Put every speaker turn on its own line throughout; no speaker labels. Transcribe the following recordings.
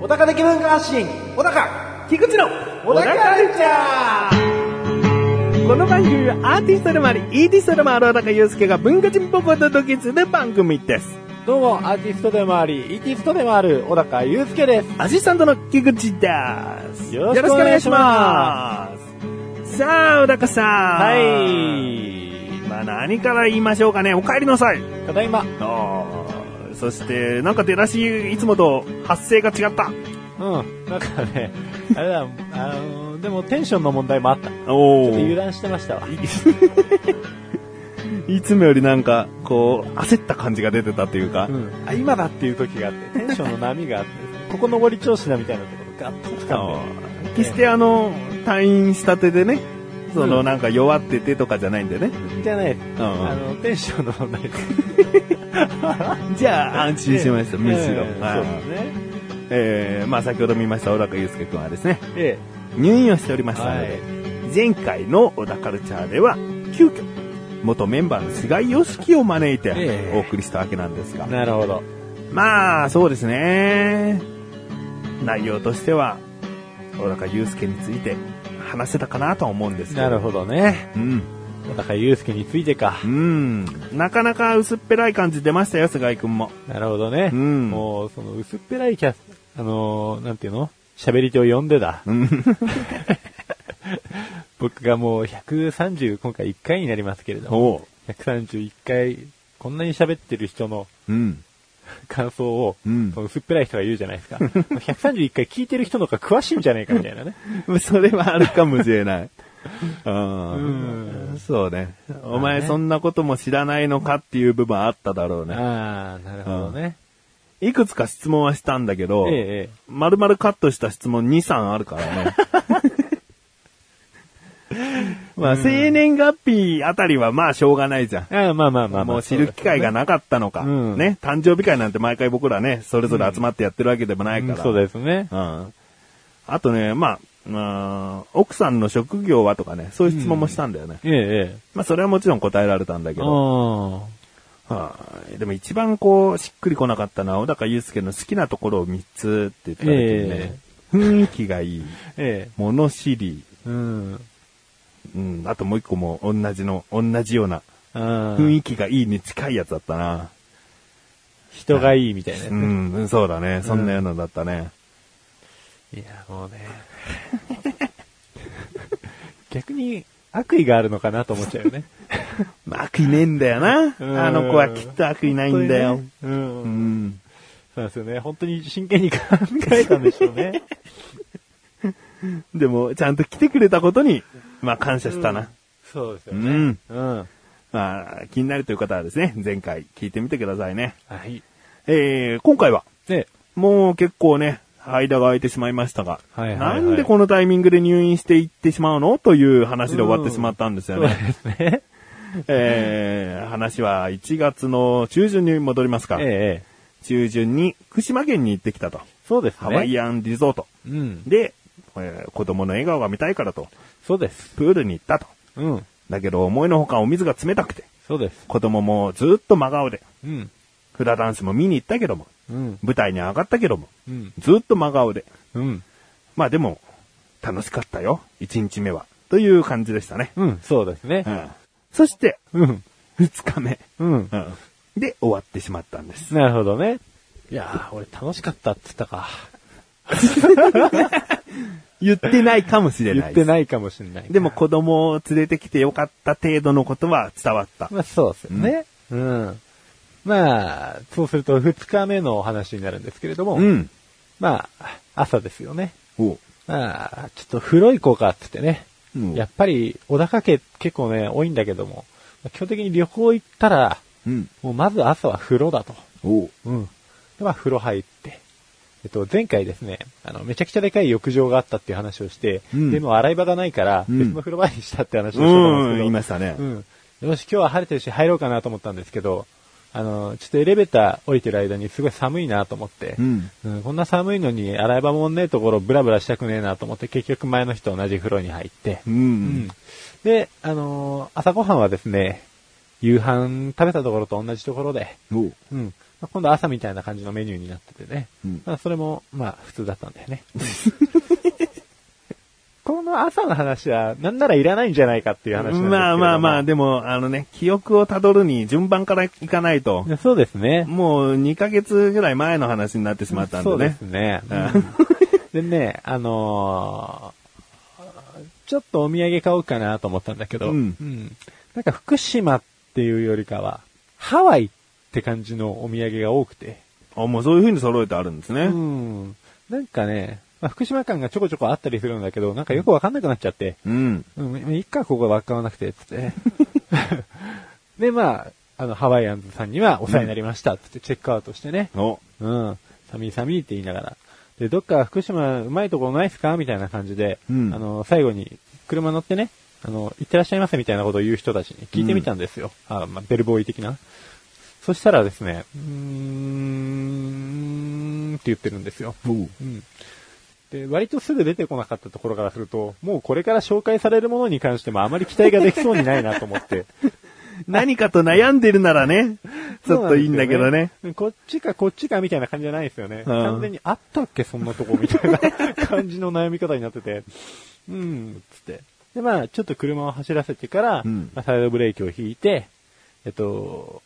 小高的文化発信小高菊池の小高カルチャー
この番組はアーティストでもあり、イーティストでもある小高祐介が文化人っぽくお届けする番組です。
どうもアーティストでもありイーティストでもある小高祐介です
アシスタントの菊池です。。
よろしくお願いします
さあ、小高さん。
はい。
まあ何から言いましょうかね。お帰りなさい。
ただいま
あーそして、なんか出だし、いつもと発声が違った。
うんなんかねあれだあのでもテンションの問題もあったちょっ
お
と油断してましたわ
いつもよりなんか、こう、焦った感じが出てたというか。
んあ今だっていう時があってテンションの波があってここ上り調子だみたいなところガッとつかんで
あー決してあの、退院したてでね、そのなんか弱っててとかじゃないんでね。
じゃないです。
うん
あの、テンションの問題です。
じゃあ、安心しました、むしろ。
ええ
はい
そうですね。
えーまあ先ほど見ました小高祐介くんはですね、
え
入院をしておりま
え。
したので、
は
前回の小田カルチャーでは、急遽、元メンバーの菅井良樹を招いて
ええ
お送りしたわけなんですが
い。、なるほど。
まあ、そうですね。内容としては、小高祐介について話せたかなとは思うんですけど。
なるほどね。
うん。
だから、ゆうすけについてか
う。ん。なかなか薄っぺらい感じ出ましたよ、菅井くんも。
なるほどね。
うん
もう、その、薄っぺらいキャス、あのー、なんていうの喋り手を呼んでだ。 僕がもう130、今回1回になりますけれども、
おう。
131回、こんなに喋ってる人の
うん。
感想を、
うん
その薄っぺらい人が言うじゃないで すか。131回聞いてる人の方が詳しいんじゃないかみたいなね。
それはあるかもしれない。 うん
う
そうね。お前そんなことも知らないのかっていう部分あっただろうね。
ああ、なるほどね。
いくつか質問はしたんだけど、
ええ、え
丸々カットした質問2、3あるから ね。まあ、生年月日あたりはまあしょうがないじゃん。
え。ああ、まあまあまあ、まあ。
もう知る機会がなかったのか。
そうですよねうん
ね。誕生日会なんて毎回僕らね、それぞれ集まってやってるわけでもないから。
そうですね。
うん。あとね、まあ、まあ、奥さんの職業はとかね、そういう質問もしたんだよね。
ええ、ええ。
まあ、それはもちろん答えられたんだけ
あ
ど。
あ。
はい。でも一番こう、しっくりこなかったのは、小高祐介の好きなところを3つって言った時にね、雰囲気がいい、
え
物知り、
え。うん。
うん、あともう一個も同じの、同じような、
あ
雰
あ。
囲気がいいに近いやつだったな。
人がいいみたいなやつ
う
ね。
ん、うんそうだね。そんなようなのだったね。
いや、もうね。 逆に悪意があるのかなと思っちゃうよね。
まあ、悪意ねえんだよな。
うん
あの子はきっと悪意ないんだよ。
本当にね。うん
う。ん。
そうですよね。本当に真剣に考えたんでしょうね。
でも、ちゃんと来てくれたことに、まあ感謝したな。
そうですよ
う
ね。
ん。
うん。
まあ、気になるという方はですね、前回聞いてみてくださいね。
はい。
えー、今回は、
で、
もう結構ね、間が空いてしまいましたが、
はいはいはい
なんでこのタイミングで入院していってしまうのという話で終わってしまったんですよ
そうで
ね。
すね。
えー、話は1月の中旬に戻りますが、
ええ、ええ。
中旬に福島県に行ってきたと。
そうですね。
ハワイアンリゾート。
うん。
で、えー子供の笑顔が見たいからと、
そうです。
プールに行ったと。
うん。
だけど思いのほかお水が冷たくて、
そうです。
子供もずっと真顔で、
うん。
フラダンスも見に行ったけども、
うん。
舞台に上がったけども、
うん。
ずっと真顔で。
うん。
まあでも、楽しかったよ、1日目は。という感じでしたね。
うん。そうですね
う。ん、そして、
うん。
2日目、
うん。
うん。で、終わってしまったんです。
なるほどね。いやー、俺楽しかったって言ったか。
言ってないかもしれ
言
ない
ってないかもしれない。
でも子供を連れてきてよかった程度のことは伝わった。
まあそうですよね。うん。まあ、そうすると2日目のお話になるんですけれども、
うん。
まあ、朝ですよね。
おう
まあ、ちょっと古い子かって言ってね。
うん
やっぱり、小高家結構ね、多いんだけども、基本的に旅行行ったら、
うん。
もうまず朝は風呂だと。
おう
うん。で、まあ、風呂入って。えっと、前回ですね、あの、めちゃくちゃでかい浴場があったっていう話をして、
うん
でも洗い場がないから、
うん
別の風呂場にしたって話をしてたんです
う
けど、
ん、言いましたね
う。ん。よし、今日は晴れてるし入ろうかなと思ったんですけど、あの、ちょっとエレベーター降りてる間にすごい寒いなと思って、
うん
うんこんな寒いのに洗い場もねえところブラブラしたくねえなと思って、結局前の日と同じ風呂に入って、
う
うんん。で、あのー朝ごはんはですね、夕飯食べたところと同じところで、
おう
うん。まあ今度朝みたいな感じのメニューになっててね。
うん
まあそれも、まあ普通だったんだ よね。この朝の話は、なんならいらないんじゃないかっていう話なんですけれども
まあまあまあ、でも、あのね、記憶をたどるに順番からいかないと、
そうですね。
もう2ヶ月ぐらい前の話になってしまったん
そ
で
うで
ね
す。ね。でね、あのーちょっとお土産買おうかなと思ったんだけど、
うん
なんか福島っていうよりかは、ハワイって感じのお土産が多くて、
あ、もうそういう風に揃えてあるんですね。
うんなんかね、まあ福島感がちょこちょこあったりするんだけど、なんかよくわかんなくなっちゃって、
うん。
うん、いっかここはわからなくて、つって。で、まあ、あの、ハワイアンズさんにはお世話になりました、つってチェックアウトしてね。
お。
うん。寒い寒いって言いながら。で、どっか福島うまいとこないっすかみたいな感じで、
うん
あの、最後に車乗ってね、あの、行ってらっしゃいませみたいなことを言う人たちに聞いてみたんですよ。あまあ、ベルボーイ的な。そしたらですね、うーん、って言ってるんですよ。
お
うん。で、割とすぐ出てこなかったところからすると、もうこれから紹介されるものに関してもあまり期待ができそうにないなと思って。
何かと悩んでるならね、ちょっといいんだけどね。
そうなんですよね。こっちかこっちかみたいな感じじゃないですよね。完全にあったっけそんなとこみたいな感じの悩み方になっ てて。うん、つって。で、まあ、ちょっと車を走らせてから、
うん
まあ、サイドブレーキを引いて、えっと、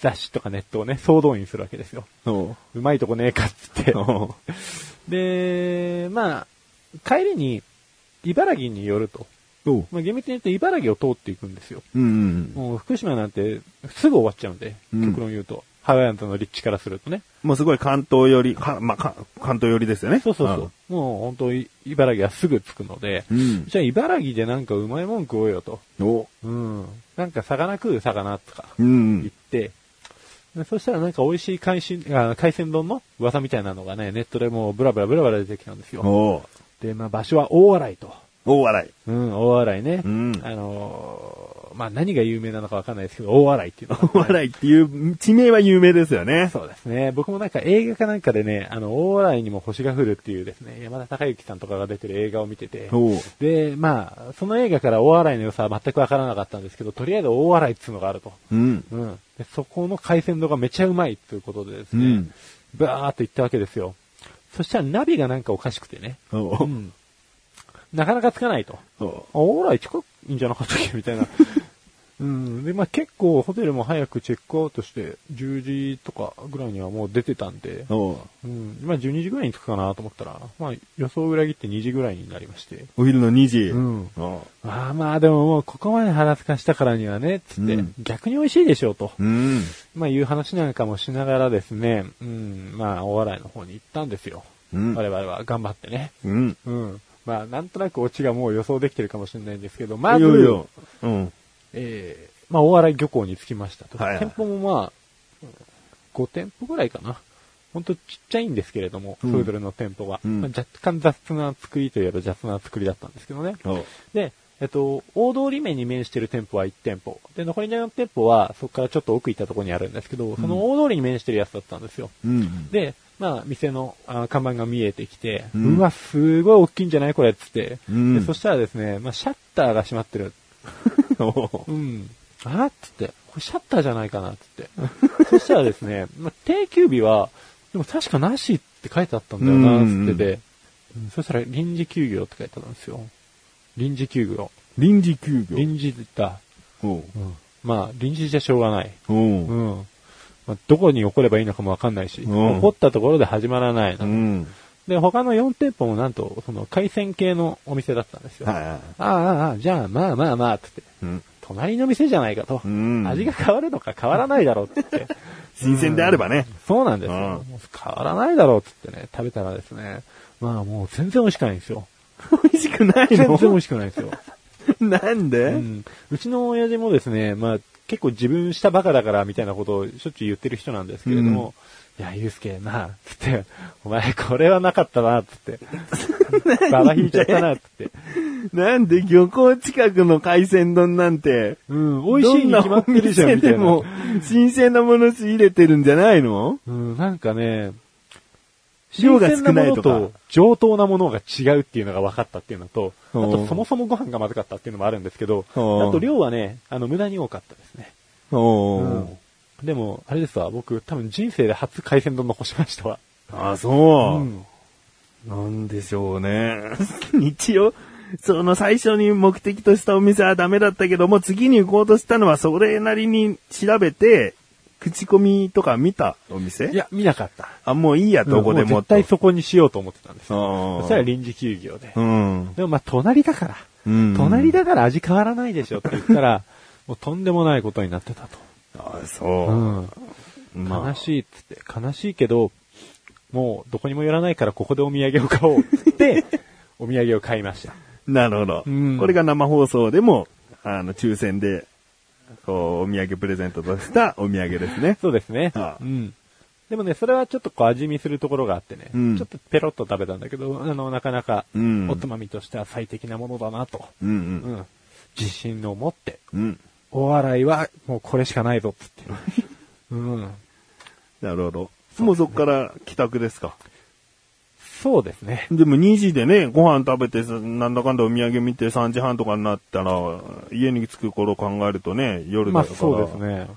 雑誌とかネットをね、総動員するわけですよ。
おう
うまいとこねえかっつって。
おう
で、まあ、帰りに、茨城に寄ると。
おう
まあ、厳密に言うと茨城を通っていくんですよ。
うんうん。
もう福島なんてすぐ終わっちゃうんで、
うん
極論言うと。ハワイアンズの立地からするとね。
もうすごい関東寄り、かまあ、か関東寄りですよね。
そうそうそう。もう本当い茨城はすぐ着くので、
うん
じゃあ茨城でなんかうまいもん食おうよと。
うん。お
うん。なんか魚食う魚とか
う
言っ
ん。
て、でそしたらなんか美味しい海鮮、あ海鮮丼の噂みたいなのがね、ネットでもうブラブラブラブラ出てきたんですよ。
おう
で、まあ場所は大洗と。
大笑
うん、大洗ね。
うん
あのーまあ何が有名なのかわかんないですけど、大洗っていうのが、ね。
い。大笑いっていう地名は有名ですよね。
そうですね。僕もなんか映画かなんかでね、あの、大洗にも星が降るっていうですね、山田孝之さんとかが出てる映画を見てて、
おう
で、まあ、その映画から大洗の良さは全くわからなかったんですけど、とりあえず大洗っつうのがあると。
うん。
うん。で、そこの海鮮丼がめちゃうまいっていうことでですね、
うん
バーっと行ったわけですよ。そしたらナビがなんかおかしくてね、
おう
うんなかなかつかないと。
お
あ、オーライ近いんじゃなかったっけみた いな。うん。で、まあ結構ホテルも早くチェックアウトして、10時とかぐらいにはもう出てたんで
う、おう
うん。まあ12時ぐらいに着くかなと思ったら、まあ予想を裏切って2時ぐらいになりまして。
お昼の2時。
うん
おう
ああまあでももうここまで腹すかしたからにはね、つって、
うん
逆に美味しいでしょうと、
うん。
まあいう話なんかもしながらですね、うん、まあお笑いの方に行ったんですよ。
うん
我々は頑張ってね。
うん。
うん。まあなんとなくオチがもう予想できてるかもしれないんですけど、まず、
いよいよ。うん。
えー、まあ、大洗漁港に着きましたと。
はいはい
店舗もまあ、5店舗ぐらいかな。ほんとちっちゃいんですけれども、
うん
それぞれの店舗が。
うん
まあ、若干雑な作りといえば雑な作りだったんですけどね。
おう
で、えっと、大通り面に面してる店舗は1店舗。で、残りの店舗は、そこからちょっと奥行ったところにあるんですけど、その大通りに面してるやつだったんですよ。
うん。
で、まあ、店のあ看板が見えてきて、
う
うんわ、すごい大きいんじゃないこれっつって、
うん
で。そしたらですね、まあ、シャッターが閉まってる。
おう
うん。あっつって、これシャッターじゃないかなっつって。そしたらです ね、まあ、定休日は、でも確かなしって書いてあったんだよな、つってて、うんそしたら臨時休業って書いてあったんですよ。臨時休業。
臨時休業。
臨時だ。
おう
まあ、臨時じゃしょうがない。
お
う。
うん
まあ、どこに起こればいいのかもわかんないし、
うん
起こったところで始まらないな。
うん。
で、他の4店舗もなんと、その海鮮系のお店だったんですよ。
はい
あ
は
あ、ああ、じゃあ、まあまあまあ、つって。
い。うん。
隣の店じゃないかと。
うん
味が変わるのか変わらないだろうって 言って。
新鮮であればね。
そうなんですよ。
うん
もう変わらないだろうって言ってね、食べたらですね、まあもう全然美味しくないんですよ。
美味しくない
全然美
の
味しくないんですよ。
なん
う
で
ん、うちの親父もですね、まあ、結構自分したバカだからみたいなことをしょっちゅう言ってる人なんですけれども、いや、ゆうすけ、なあ、つって、お前これはなかったな、つって。ババ引いちゃったな、つって。
なんで漁港近くの海鮮丼なんて、
うん、美味しいに決まってるじゃん、みたい
ど
な。
んなお店でも、新鮮なもの仕入れてるんじゃないの
うん、なんかね、
量
新
が
鮮
少
なも
ない
の
とか
と。上等なものが違うっていうのが分かったっていうのと、あ
お
と
う
そもそもご飯がまずかったっていうのもあるんですけど、あ
おう
と量はね、あの、無駄に多かったですね。
お
うんでも、あれですわ、僕多分人生で初海鮮丼残しましたわ。
あ、そう、
うん
なんでしょうね。 一応、その最初に目的としたお店はダメだったけども、次に行こうとしたのはそれなりに調べて、口コミとか見たお店
いや、見なかった。
あ、もういいや、どこで
うんもう
も
絶対
と。
そこにしようと思ってたんですよ。
ああ
そしたら臨時休業で。
うん。
でもまあ、隣だから。
うん
隣だから味変わらないでしょって言った ら、もうとんでもないことになってたと。
あ、そう。
うん。
まあ
悲しいっつって、悲しいけど、もうどこにも寄らないからここでお土産を買おうっつって、 お土産を買いました。
なるほど。
うん。
これが生放送でも、あの、抽選で、こう、お土産プレゼントとしたお土産ですね
そうですね。
ああ
うん。でもね、それはちょっとこう味見するところがあってね、
うん
ちょっとペロッと食べたんだけど、あの、なかなか
うん、
おつまみとしては最適なものだなと。
う
うんん。自信を持って、
うん。うん。
お笑いはもうこれしかないぞ っつって。うん。
なるほど。もうそこから帰宅ですか。
そうですね。
でも2時でね、ご飯食べて、なんだかんだお土産見て3時半とかになったら、家に着く頃考えるとね、夜
ま
だ
あ
から。
そうです。ね。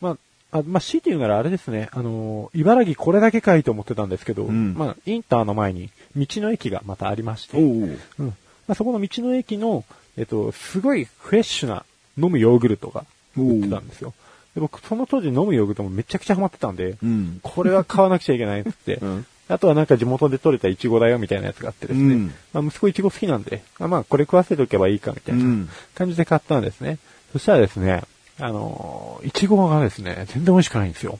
まあ、あまあ、強いて言うならあれですね、あのー茨城これだけかいと思ってたんですけど、
うん
まあ、インターの前に道の駅がまたありまして、
おう
うんまあ、そこの道の駅の、えっと、すごいフレッシュな飲むヨーグルトが売ってたんですよ。で僕、その当時飲むヨーグルトもめちゃくちゃハマってたんで、
うん。
これは買わなくちゃいけないっつって、
うん
あとはなんか地元で採れたイチゴだよみたいなやつがあってですね、
うん
まあ、息子イチゴ好きなんで、あまあこれ食わせておけばいいかみたいな
うん
感じで買ったんですね。そしたらですね、あのーイチゴがですね、全然美味しくないんですよ。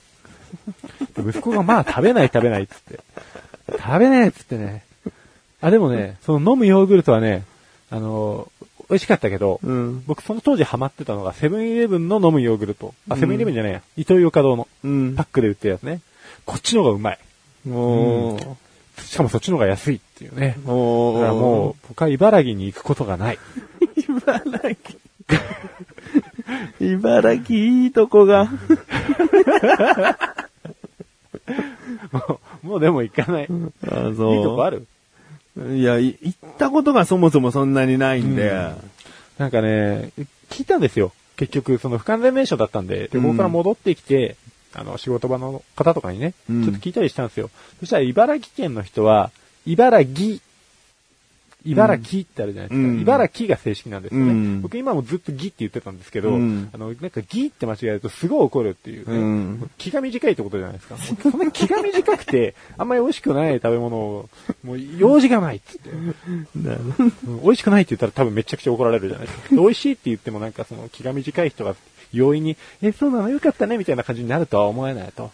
で息子がまあ食べない食べないっつって、食べないっつってね、あ、でもね、その飲むヨーグルトはね、あのー美味しかったけど、
うん
僕その当時ハマってたのがセブンイレブンの飲むヨーグルト。あ、セブンイレブンじゃないや。イトーヨーカドーの。
うん
パックで売ってるやつね。こっちの方がうまい。
おう
しかもそっちの方が安いっていうね。だ
お
からもう、僕は茨城に行くことがない。
茨城。茨城いいとこが。
もう、 もうでも行かない。いい
あそう
とこある
いや、い行ったことがそもそもそんなにないんで。
なんかね、聞いたんですよ。結局、その不完全名称だったんで、旅行から戻ってきて、あの、仕事場の方とかにね、
うん
ちょっと聞いたりしたんですよ。そしたら茨城県の人は、茨城、茨城ってあるじゃないですか。
うん
茨城が正式なんですよね。
うん
僕今もずっとギって言ってたんですけど、
うん
あの、なんかギって間違えるとすごい怒るっていうね、
うん
もう気が短いってことじゃないですか。もうそんな気が短くて、あんまり美味しくない食べ物を、もう用事がないっつって。うん美味しくないって言ったら多分めちゃくちゃ怒られるじゃないですか。で美味しいって言ってもなんかその気が短い人が容易に、え、そうなのよかったねみたいな感じになるとは思えないと。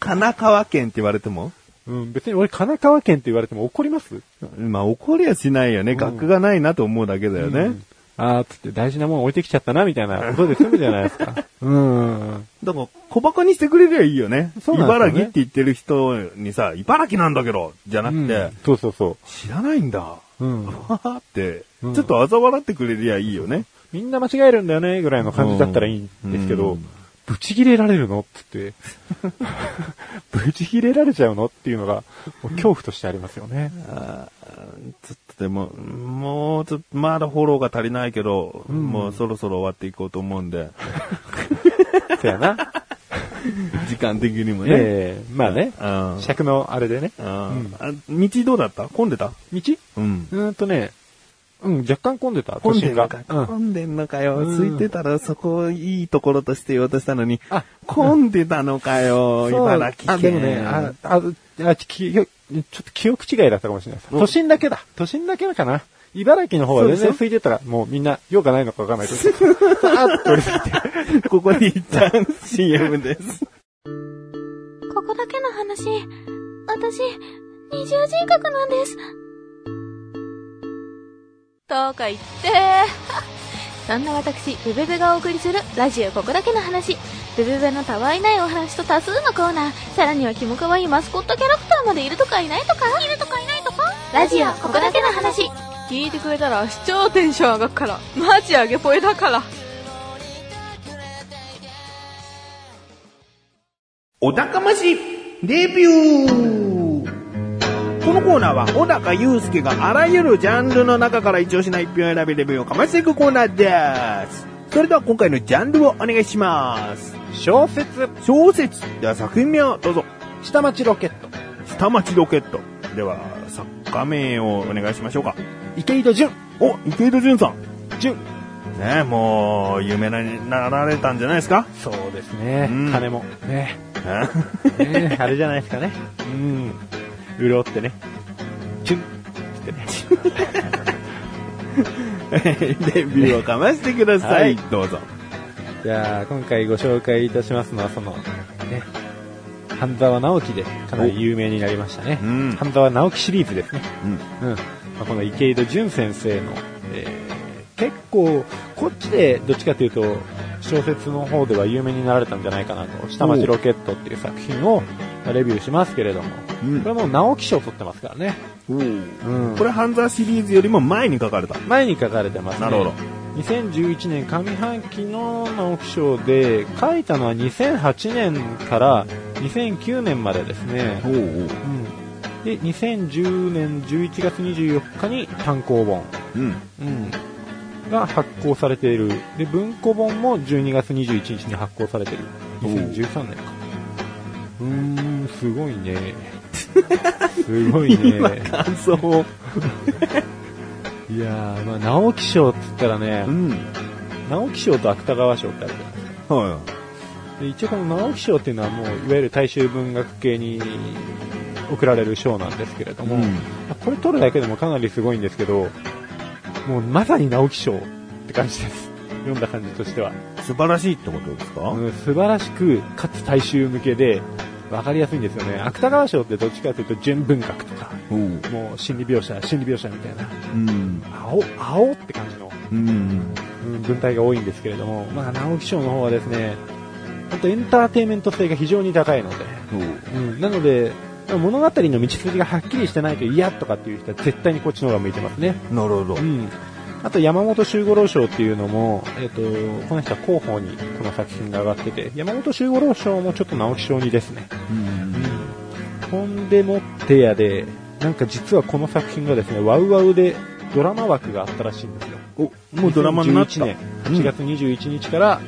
神奈川県って言われても
うん、別に俺神奈川県って言われても怒ります
まあ怒りはしないよね。学がないなと思うだけだよね。
うんあーつって大事なもん置いてきちゃったなみたいなことで済むじゃないですか。うん。
だから、小馬鹿にしてくれりゃいいよね。
そうなんですよね
茨城って言ってる人にさ、茨城なんだけどじゃなくて、
うんそうそうそ
知らないんだ。
う。うん。
わーって、
うん
ちょっと嘲笑ってくれりゃいいよね。
みんな間違えるんだよね、ぐらいの感じだったらいいんですけど、
うん
ブチ切れられるのって 言って、ブチ切れられちゃうのっていうのが、もう恐怖としてありますよね。
ちょっとでも、もうちょっと、まだフォローが足りないけど、もうそろそろ終わっていこうと思うん で、
そやな。
時間的にもね。
ええまあね
う。ん
尺のあれでね。
あーあ道どうだった混んでた
道
うん。
うーんとね、うん、若干混んでた、都
混んで
心
ん
が
のか。。
うん。
混んでんのかよ。
うん
空いてたらそこをいいところとして言おうとしたのに。
あ
混んでたのかよ。茨城県。
あ、でもね、あ、あ、あきちょっと記憶違いだったかもしれないです。
うん
都心だけだ。都心だけかな。茨城の方は
そ
全
うでし
然
ょ
空いてたら、もうみんな用がないのかわかんない です。あっと降りてきて。
ここで一 旦 CM です。
ここだけの話、私、二重人格なんです。とか言って、 そんな私ブブブがお送りするラジオここだけの話ブブブのたわいないお話と多数のコーナーさらにはキモかわいいマスコットキャラクターまでいるとかいないとかいるとかいないとかラジオここだけの話
聞いてくれたら視聴テンション上がっからマジ上げポエだから
お高ましレビューこのコーナーは小高祐介があらゆるジャンルの中から一押しな一票を選びレビューをかましていくコーナーですそれでは今回のジャンルをお願いします
小説、
小説では作品名をどうぞ
下町ロケット、
下町ロケットでは作家名をお願いしましょうか
池井戸潤、
お池井戸潤さん
潤。
ねえもう有名になられたんじゃないですか
そうですね、
うん
金も。ね。
ね
ねあれじゃないですかね。うん。潤ってね。チュンってね。
レビューをかましてください、
はい
どうぞ
じゃあ、今回ご紹介いたしますのは、その、ね、半沢直樹でかなり有名になりましたね。
うん
半沢直樹シリーズですね。
うん
うん。まあ、この池井戸潤先生の、えー結構、こっちでどっちかというと、小説の方では有名になられたんじゃないかなと、下町ロケットっていう作品をまあレビューしますけれども、
うん
これはもう直木賞取ってますからね。うん
これ半沢シリーズよりも前に書かれた
前に書かれてますね。
なるほど
2011年上半期の直木賞で書いたのは2008年から2009年までですね、
おう
うん、で2010年11月24日に単行本、
うん
うん、が発行されているで文庫本も12月21日に発行されている
おう
2013年かうーんすごいねすごいね
感想を
いやー、まあ、直木賞っつったらね、
ん
直木賞と芥川賞ってあるじゃない
は
で一応この直木賞っていうのはもういわゆる大衆文学系に贈られる賞なんですけれど
い
も、これ取るだけでもかなりすごいんですけどもうまさに直木賞って感じです読んだ感じとしては、
素晴らしいってことですか、
うん素晴らしくかつ大衆向けで分かりやすいんですよね芥川賞ってどっちかというと純文学とか
おう
もう心理描写心理描写みたいな
うん
青青って感じの
うん
うん文体が多いんですけれども、まあ、直木賞の方はですね、本当エンターテインメント性が非常に高いので、
おう
うん、なので、まあ物語の道筋がはっきりしてないと嫌とかっていう人は絶対にこっちの方が向いてますね。
なるほど、
うん。あと、山本周五郎賞っていうのも、えっ、と、この人は広報にこの作品が上がってて、山本周五郎賞もちょっと直木賞にですね、ほんでもってやで、なんか実はこの作品がですね、ワウワウでドラマ枠があったらしいんですよ。
おもうドラマになった
2011年8月21日から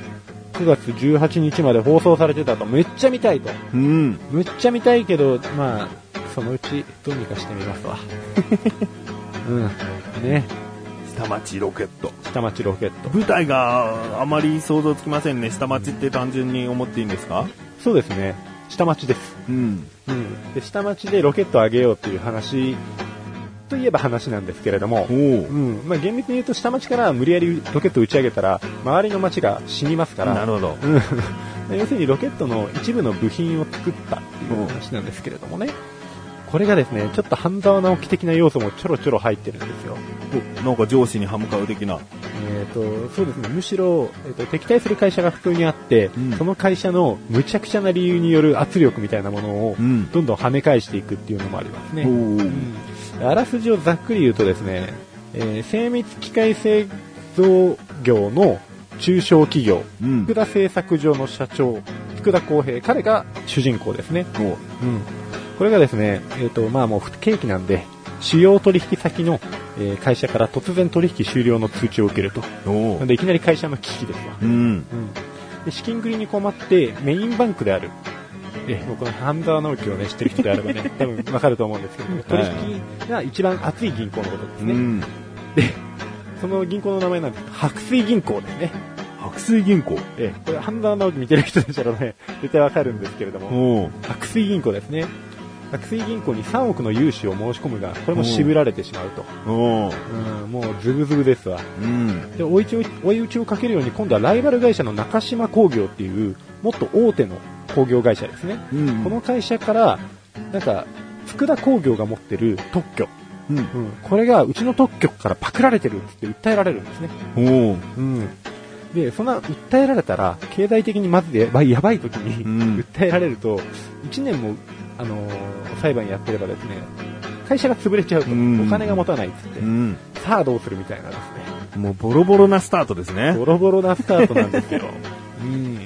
9月18日まで放送されてたと、めっちゃ見たいと。
うん
むっちゃ見たいけど、まあ、そのうちどうにかして みますわ。うん。ね、
下町ロケット
下町ロケット。
舞台があまり想像つきませんね下町って単純に思っていいんですか
そうですね、下町です。
うん
うん。で、下町でロケットを上げようっていう話、といえば話なんですけれども
お、う
うん。まあ厳密に言うと下町から無理やりロケットを打ち上げたら、周りの町が死にますから、
なるほど
うん 要するにロケットの一部の部品を作ったっていう話なんですけれどもね、これがですねちょっと半沢直樹的な要素もちょろちょろ入ってるんですよ、
おなんか上司に歯向かう的な
えー、とそうですねむしろ、えー、と敵対する会社が普通にあって、
ん
その会社のむちゃくちゃな理由による圧力みたいなものを
うん
どんどん跳ね返していくっていうのもありますね、
う
うんあらすじをざっくり言うとですね、えー精密機械製造業の中小企業、
うん
福田製作所の社長、福田康平、彼が主人公ですね。
おう
うんこれがですね、えっ、と、まあもう不景気なんで、主要取引先の、えー会社から突然取引終了の通知を受けると。
お
なん
う
でいきなり会社の危機ですわ。
うん
うんで資金繰りに困ってメインバンクである、えもうこの半沢直樹を、ね、知ってる人であれ ばね、多分わかると思うんですけど、取引が一番熱い銀行のことです
う
ね、
ん
その銀行の名前なんですけど白水銀行ですね、
白水銀行
えこれ、半沢直樹見てる人でしたらね、絶対わかるんですけれども、
おう
白水銀行ですね。白水銀行に3億の融資を申し込むが、これも渋られてしまうと。
おう
うん、もうズブズブですわ。
うん
で追い打ちを追い打ちをかけるように今度はライバル会社の中島工業っていうもっと大手の工業会社ですね、
うん
この会社からなんか佃工業が持ってる特許
うん
うんこれがうちの特許からパクられてるって言って訴えられるんですね。
おう
うんで、そんな訴えられたら、経済的にまずやばいやばい時に、
うん
訴えられると、1年も、あのー裁判やってればですね、会社が潰れちゃうと、
うん
お金が持たないっつって、
うん
さあどうするみたいなです
もうボロボロなスタートです
ね、
ね
ボロボロなスタートなんで すよ。うん、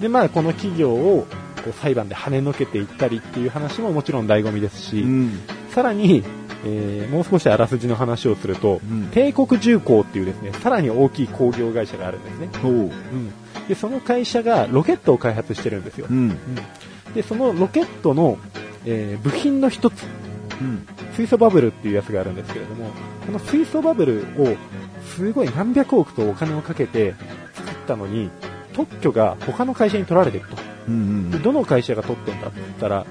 で、まあ、この企業をこう裁判で跳ねのけていったりっていう話ももちろん醍醐味ですし、
うん
さらに、えーもう少しあらすじの話をすると、
うん
帝国重工っていうですね、さらに大きい工業会社があるんですね。
おう
うん、でその会社がロケットを開発してるんですよ、
うん
でそのロケットの、えー部品の一つ
うん
水素バブルっていうやつがあるんですけれどもこの水素バブルをすごい何百億とお金をかけて作ったのに特許が他の会社に取られてると
うん
でどの会社が取ってんだって言ったら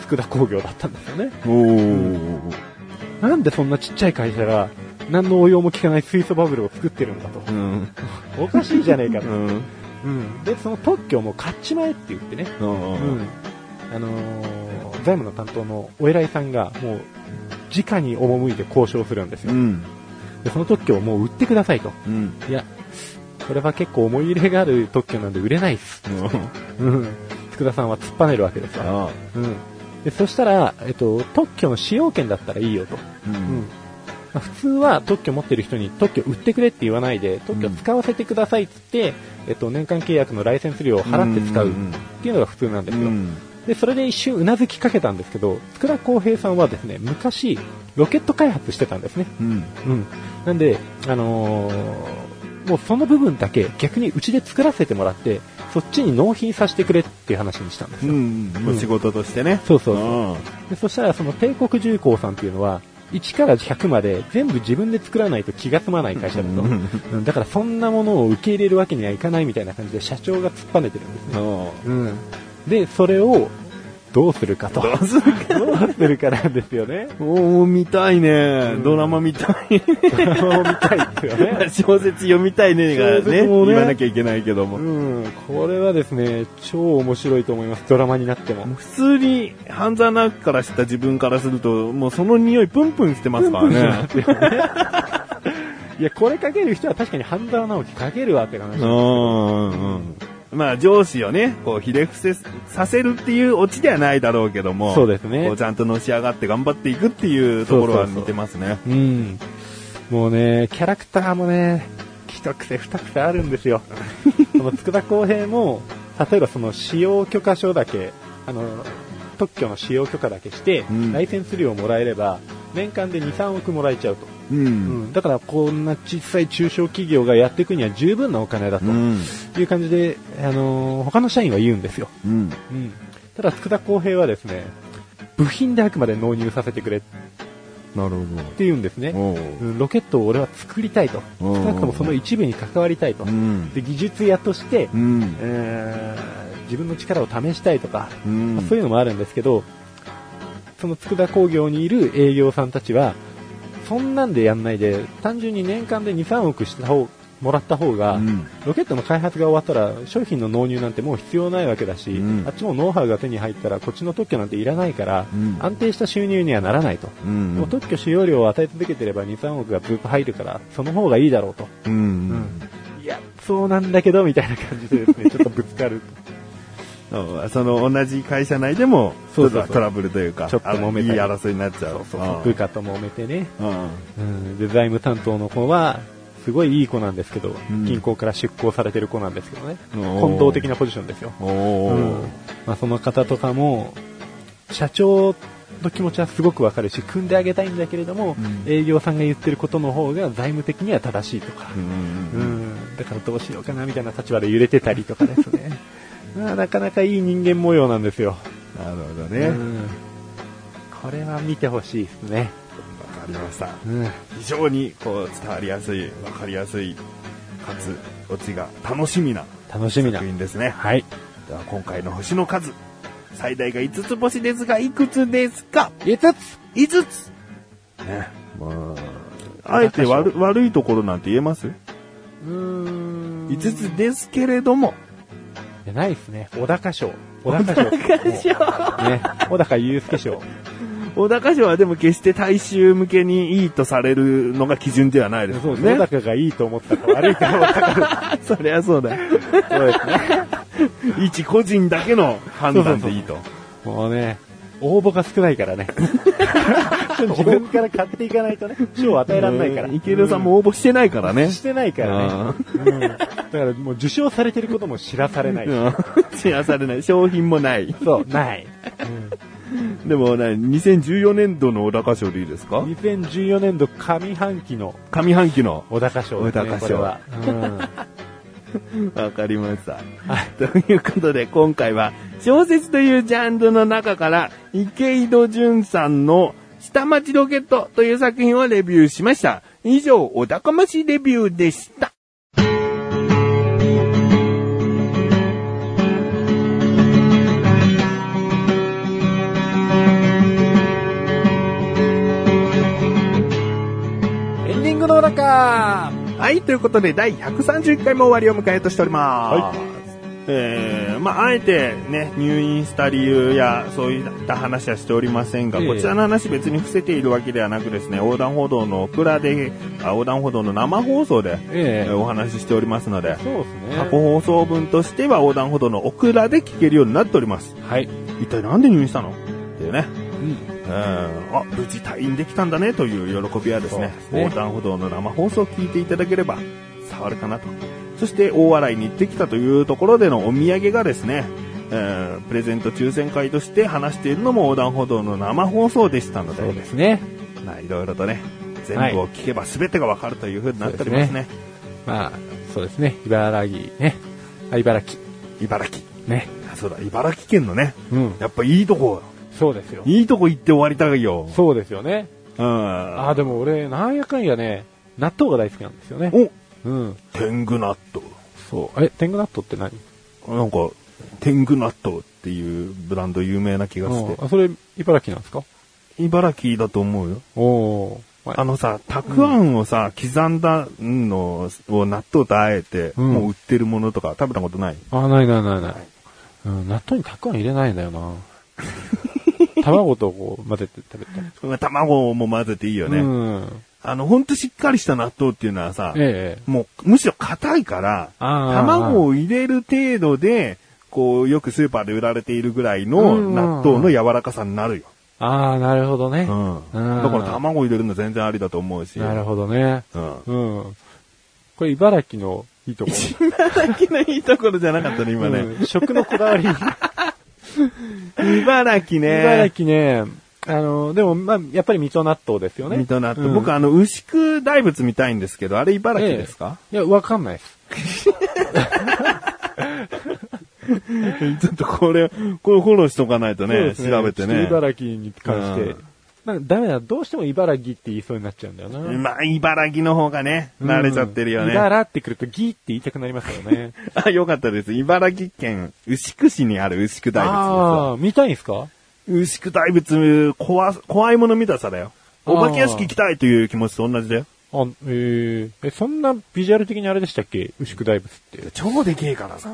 福田工業だったんですよね
うんおう
なんでそんなちっちゃい会社が何の応用も効かない水素バブルを作ってるんだと
うん
おかしいじゃねえか
う
と、
ん
うん、でその特許をもう買っちまえって言ってね
うん
うん、あのー財務の担当のお偉いさんがもう直に赴いて交渉するんです
う
よ、
ん
でその特許をもう売ってくださいと
うん
いやこれは結構思い入れがある特許なんで売れないっす、うん、福田さんは突っぱねるわけですよ、
ああ
うん、でそしたら、えっと、特許の使用権だったらいいよと、
う
うん
ん
まあ普通は特許持ってる人に特許売ってくれって言わないで特許使わせてくださいっつって、えっと、年間契約のライセンス料を払って使うっていうのが普通なんですよ、
ん
で、それで一瞬うなずきかけたんですけど、福田浩平さんはですね、昔、ロケット開発してたんですね。
うん
うん。なんで、あのーもうその部分だけ逆にうちで作らせてもらって、そっちに納品させてくれっていう話にしたんです
う
よ。
んお仕事としてね
そうそうそう
あ
でそしたらその帝国重工さんっていうのは、1から100まで全部自分で作らないと気が済まない会社だと。うんだからそんなものを受け入れるわけにはいかないみたいな感じで社長が突っぱねてるんですね。
あ
うん。で、それをどうするかと。
どうする
どうするかなんですよね。
おお見たいね
うん
ドラマ見たい
そう見たいですよね。
小説読みたいねが
小説
ね
もね
言わなきゃいけないけども
うん、これはですね、超面白いと思います。ドラマになっても。
普通に半沢直樹からした自分からするともうその匂いプンプンしてますからね
いや、これかける人は確かに半沢直樹かけるわって話。
うんうんうんまあ上司をね、こう、ひれ伏せさせるっていうオチではないだろうけども、
そうですね
こうちゃんとのし上がって頑張っていくっていうところは似てますね。
うん。もうね、キャラクターもね、一癖二癖あるんですよ。 その佃公平も、例えばその使用許可証だけ、あの、特許の使用許可だけして、
ん
ライセンス料をもらえれば、年間で2、3億もらえちゃうと。
うん。
だからこんな小さい中小企業がやっていくには十分なお金だと
うん。
いう感じで、あのー他の社員は言うんですよ、
うん。
ただ佃公平はですね部品であくまで納入させてくれって
なるほ
言うんですね、
おう
うんロケットを俺は作りたいと
うん
少なくともその一部に関わりたいと、
うん。
で技術屋として、
うん。
えー自分の力を試したいとか、
うん
まあそういうのもあるんですけど、その佃工業にいる営業さんたちは、そんなんでやんないで、単純に年間で2、3億した方もらった方が、
うん
ロケットの開発が終わったら、商品の納入なんてもう必要ないわけだし、
うん
あっちもノウハウが手に入ったら、こっちの特許なんていらないから、
うん
安定した収入にはならないと。
う。
もうん特許使用料を与え続けてれば2、3億がずっと入るから、その方がいいだろうと。
うん。
いや、そうなんだけど、みたいな感じで ですね、ちょっとぶつかる。
そうその同じ会社内でも、ち
そ
ょ
う
っ
そうそう
とトラブルというか、
ちょっと揉めたり
あいい争いになっちゃう。
部下ともめてね、
うんうん
うん、で財務担当の子は、すごいいい子なんですけど、
うん
銀行から出向されてる子なんですけどね、
おー
混同的なポジションですよ。
お
うん
ー
まあ、その方とかも、社長の気持ちはすごくわかるし、組んであげたいんだけれども、
うん
営業さんが言ってることの方が財務的には正しいとか、
う。
うんん、だからどうしようかなみたいな立場で揺れてたりとかですね。 まあ、なかなかいい人間模様なんですよ。
なるほど
う
ね。
んこれは見てほしいですね。
わかりました。
うん
非常にこう伝わりやすい、わかりやすい、かつ、オチが楽しみな
楽しみだ
作。品ですね。
はい。
では今回の星の数、最大が5つ星ですが、いくつですか
5つ
?5 つね。まあ、あえて悪悪いところなんて言えます
うーん。
?5 つですけれども、
じゃないですね。小高賞。小高賞。小高賞。ね。小高祐介賞。
小高賞はでも決して大衆向けにいいとされるのが基準ではないです
そ
も
うんです
ね
ね。小。高がいいと思ったか悪いと思ったか。
そりゃそうだ。
そうですね。
一個人だけの判断でいいと。
もうね、応募が少ないからね。 自分から買っていかないとね、賞を与えられないから。
うん池田さんも応募してないからね。
してないからね。うんだからもう受賞されてることも知らされないし。
うん。知らされない。商品もない。
そう、ない。
でもね、2014年度の小高賞でいいですか
2014年度上半期の
上半期の。
小高賞ですね。
小高賞
これは。うん
わかりました。ということで今回は小説というジャンルの中から池井戸潤さんの下町ロケットという作品をレビューしました。以上、お高ましレビューでした。
エンディングの中
はい、ということで第130回も終わりを迎えようとしております。えー、まあ、あえてね、入院した理由や、そういった話はしておりませんが、
ええ
こちらの話別に伏せているわけではなくですね、横断歩道のオクラで、あ横断歩道の生放送で、え
え
ーお話ししておりますので
え。、そうですね。
過去放送分としては横断歩道のオクラで聞けるようになっております。
はい。
一体なんで入院したのっていうね。
うん。
うん、あ、無事退院できたんだねという喜びはですね、
そうですね
横断歩道の生放送を聞いていただければ、伝わるかなと。そして、大洗に行ってきたというところでのお土産がですね、うんプレゼント抽選会として話しているのも横断歩道の生放送でしたので、
そうですね。
まあいろいろとね、全部を聞けば全てがわかるというふうになっておりますね。
まあ、そうですね。茨城ね。あ、茨城。
茨城。
ね。
あそうだ、茨城県のね、
うん。
やっぱいいとこ、
そうですよ。
いいとこ行って終わりたいよ。
そうですよね。
うん。
あ、でも俺、なんやかんやね、納豆が大好きなんですよね。
お
うん。
天狗納豆。
そう。え、天狗納豆って何
なんか、天狗納豆っていうブランド有名な気がして
うん。あ、それ、茨城なんですか
茨城だと思うよ。
おおー。
あのさ、たくあんをさ、刻んだのを納豆とあえて、
うん
もう売ってるものとか食べたことない
あ、ないないないない。うん、納豆にたくあん入れないんだよ な。卵とこう混ぜて食べた。
卵も混ぜていいよね。
うん。
あの、ほんとしっかりした納豆っていうのはさ、
ええ。
もう、むしろ硬いから、
あー
卵を入れる程度で、こう、よくスーパーで売られているぐらいの
うん
納豆の柔らかさになるよ。
ああ、なるほどね
う。ん。
うん
だから卵入れるの全然ありだと思うし。
なるほどね。
うん。
うん。これ茨城のいい ところ。
茨城のいいところじゃなかったね、今ね。
うん食のこだわり。
茨城ね。
茨城ね、あの、でも、まあ、やっぱり水戸納豆ですよね。
水戸納豆。
うん
僕、あの、牛久大仏見たいんですけど、あれ茨城ですか、
いや、わかんないです。
ちょっとこれ、これフォローしとかないと
そう
ね、
です
調べて
ちょっ
ね
と。茨城に関して。
うん
なんかダメだ、どうしても茨城って言いそうになっちゃうんだよな。
まあ、茨城の方がね、慣れちゃってるよ
うん
ね。
茨ってくるとギーって言いたくなりますよ ね。
あ、よかったです。茨城県牛久市にある牛久大仏
ああ、見たいんすか
です。牛久大仏、怖、怖いもの見たさだよ。お化け屋敷行きたいという気持ちと同じだよ。
あ、えー、え、そんなビジュアル的にあれでしたっけ牛久大仏って。
超でけえからさ。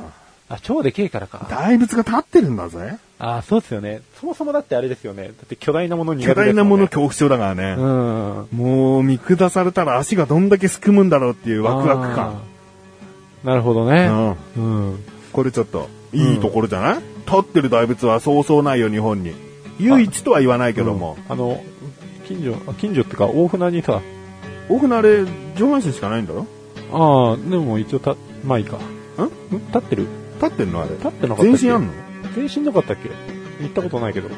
あ、超でけえからか。
大仏が立ってるんだぜ。
あーそうですよね。そもそもだってあれですよね。だって巨大なものに、
巨大なもの恐怖症だからね。
うん。
もう見下されたら足がどんだけすくむんだろうっていうワクワク感。
あー。なるほどね。
うん、
うん。
これちょっと、いいところじゃない、立ってる大仏はそうそうないよ、日本に。唯一とは言わないけども。
あの、近所、あ近所ってか大船にさ、
多くのあれ、上半身しかないんだろ
ああ、でも一応た、まあいいか。ん立ってる
立ってんのあれ。
立ってなかったっけ
全身あんの
全身なかったっけ行ったことないけど。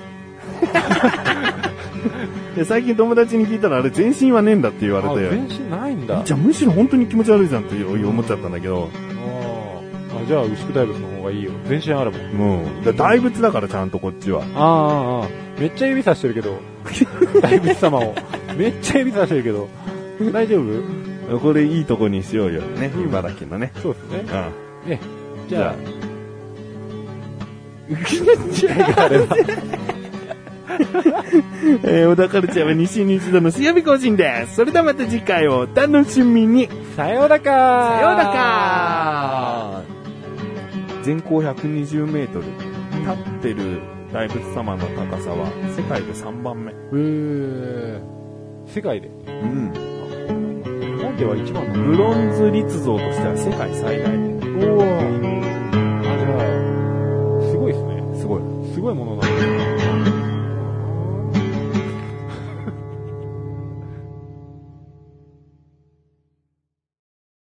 で最近友達に聞いたらあれ全身はねえんだって言わ
あ
れ
全身ないんだ。
て。じゃあむしろ本当に気持ち悪いじゃんって思っちゃったんだけど。
あーあ、じゃあ、牛久大仏の方がいいよ。全身あるも
も
ん。
う、だ大仏だからちゃんとこっちは。
ああ、ああ、めっちゃ指さしてるけど、 大仏様を。めっちゃ指さしてるけど、大丈夫
これいいとこにしようよ。ね。
うん
茨城のね。
そうですね。
うん。
え、じゃあ、
えー、小田カルチャーは2週に一度の水曜日更新です。それではまた次回をお楽しみに。
さようだか
さ
さ
ようだか全高120メートル。立ってる大仏様の高さは世界で3番目。
へー。世界で。
うん。
日本では一番なの
ブロンズ立像としては世界最大。
おお。あ、じゃあ、すごいですね。
すごい。
すごいものなんだ。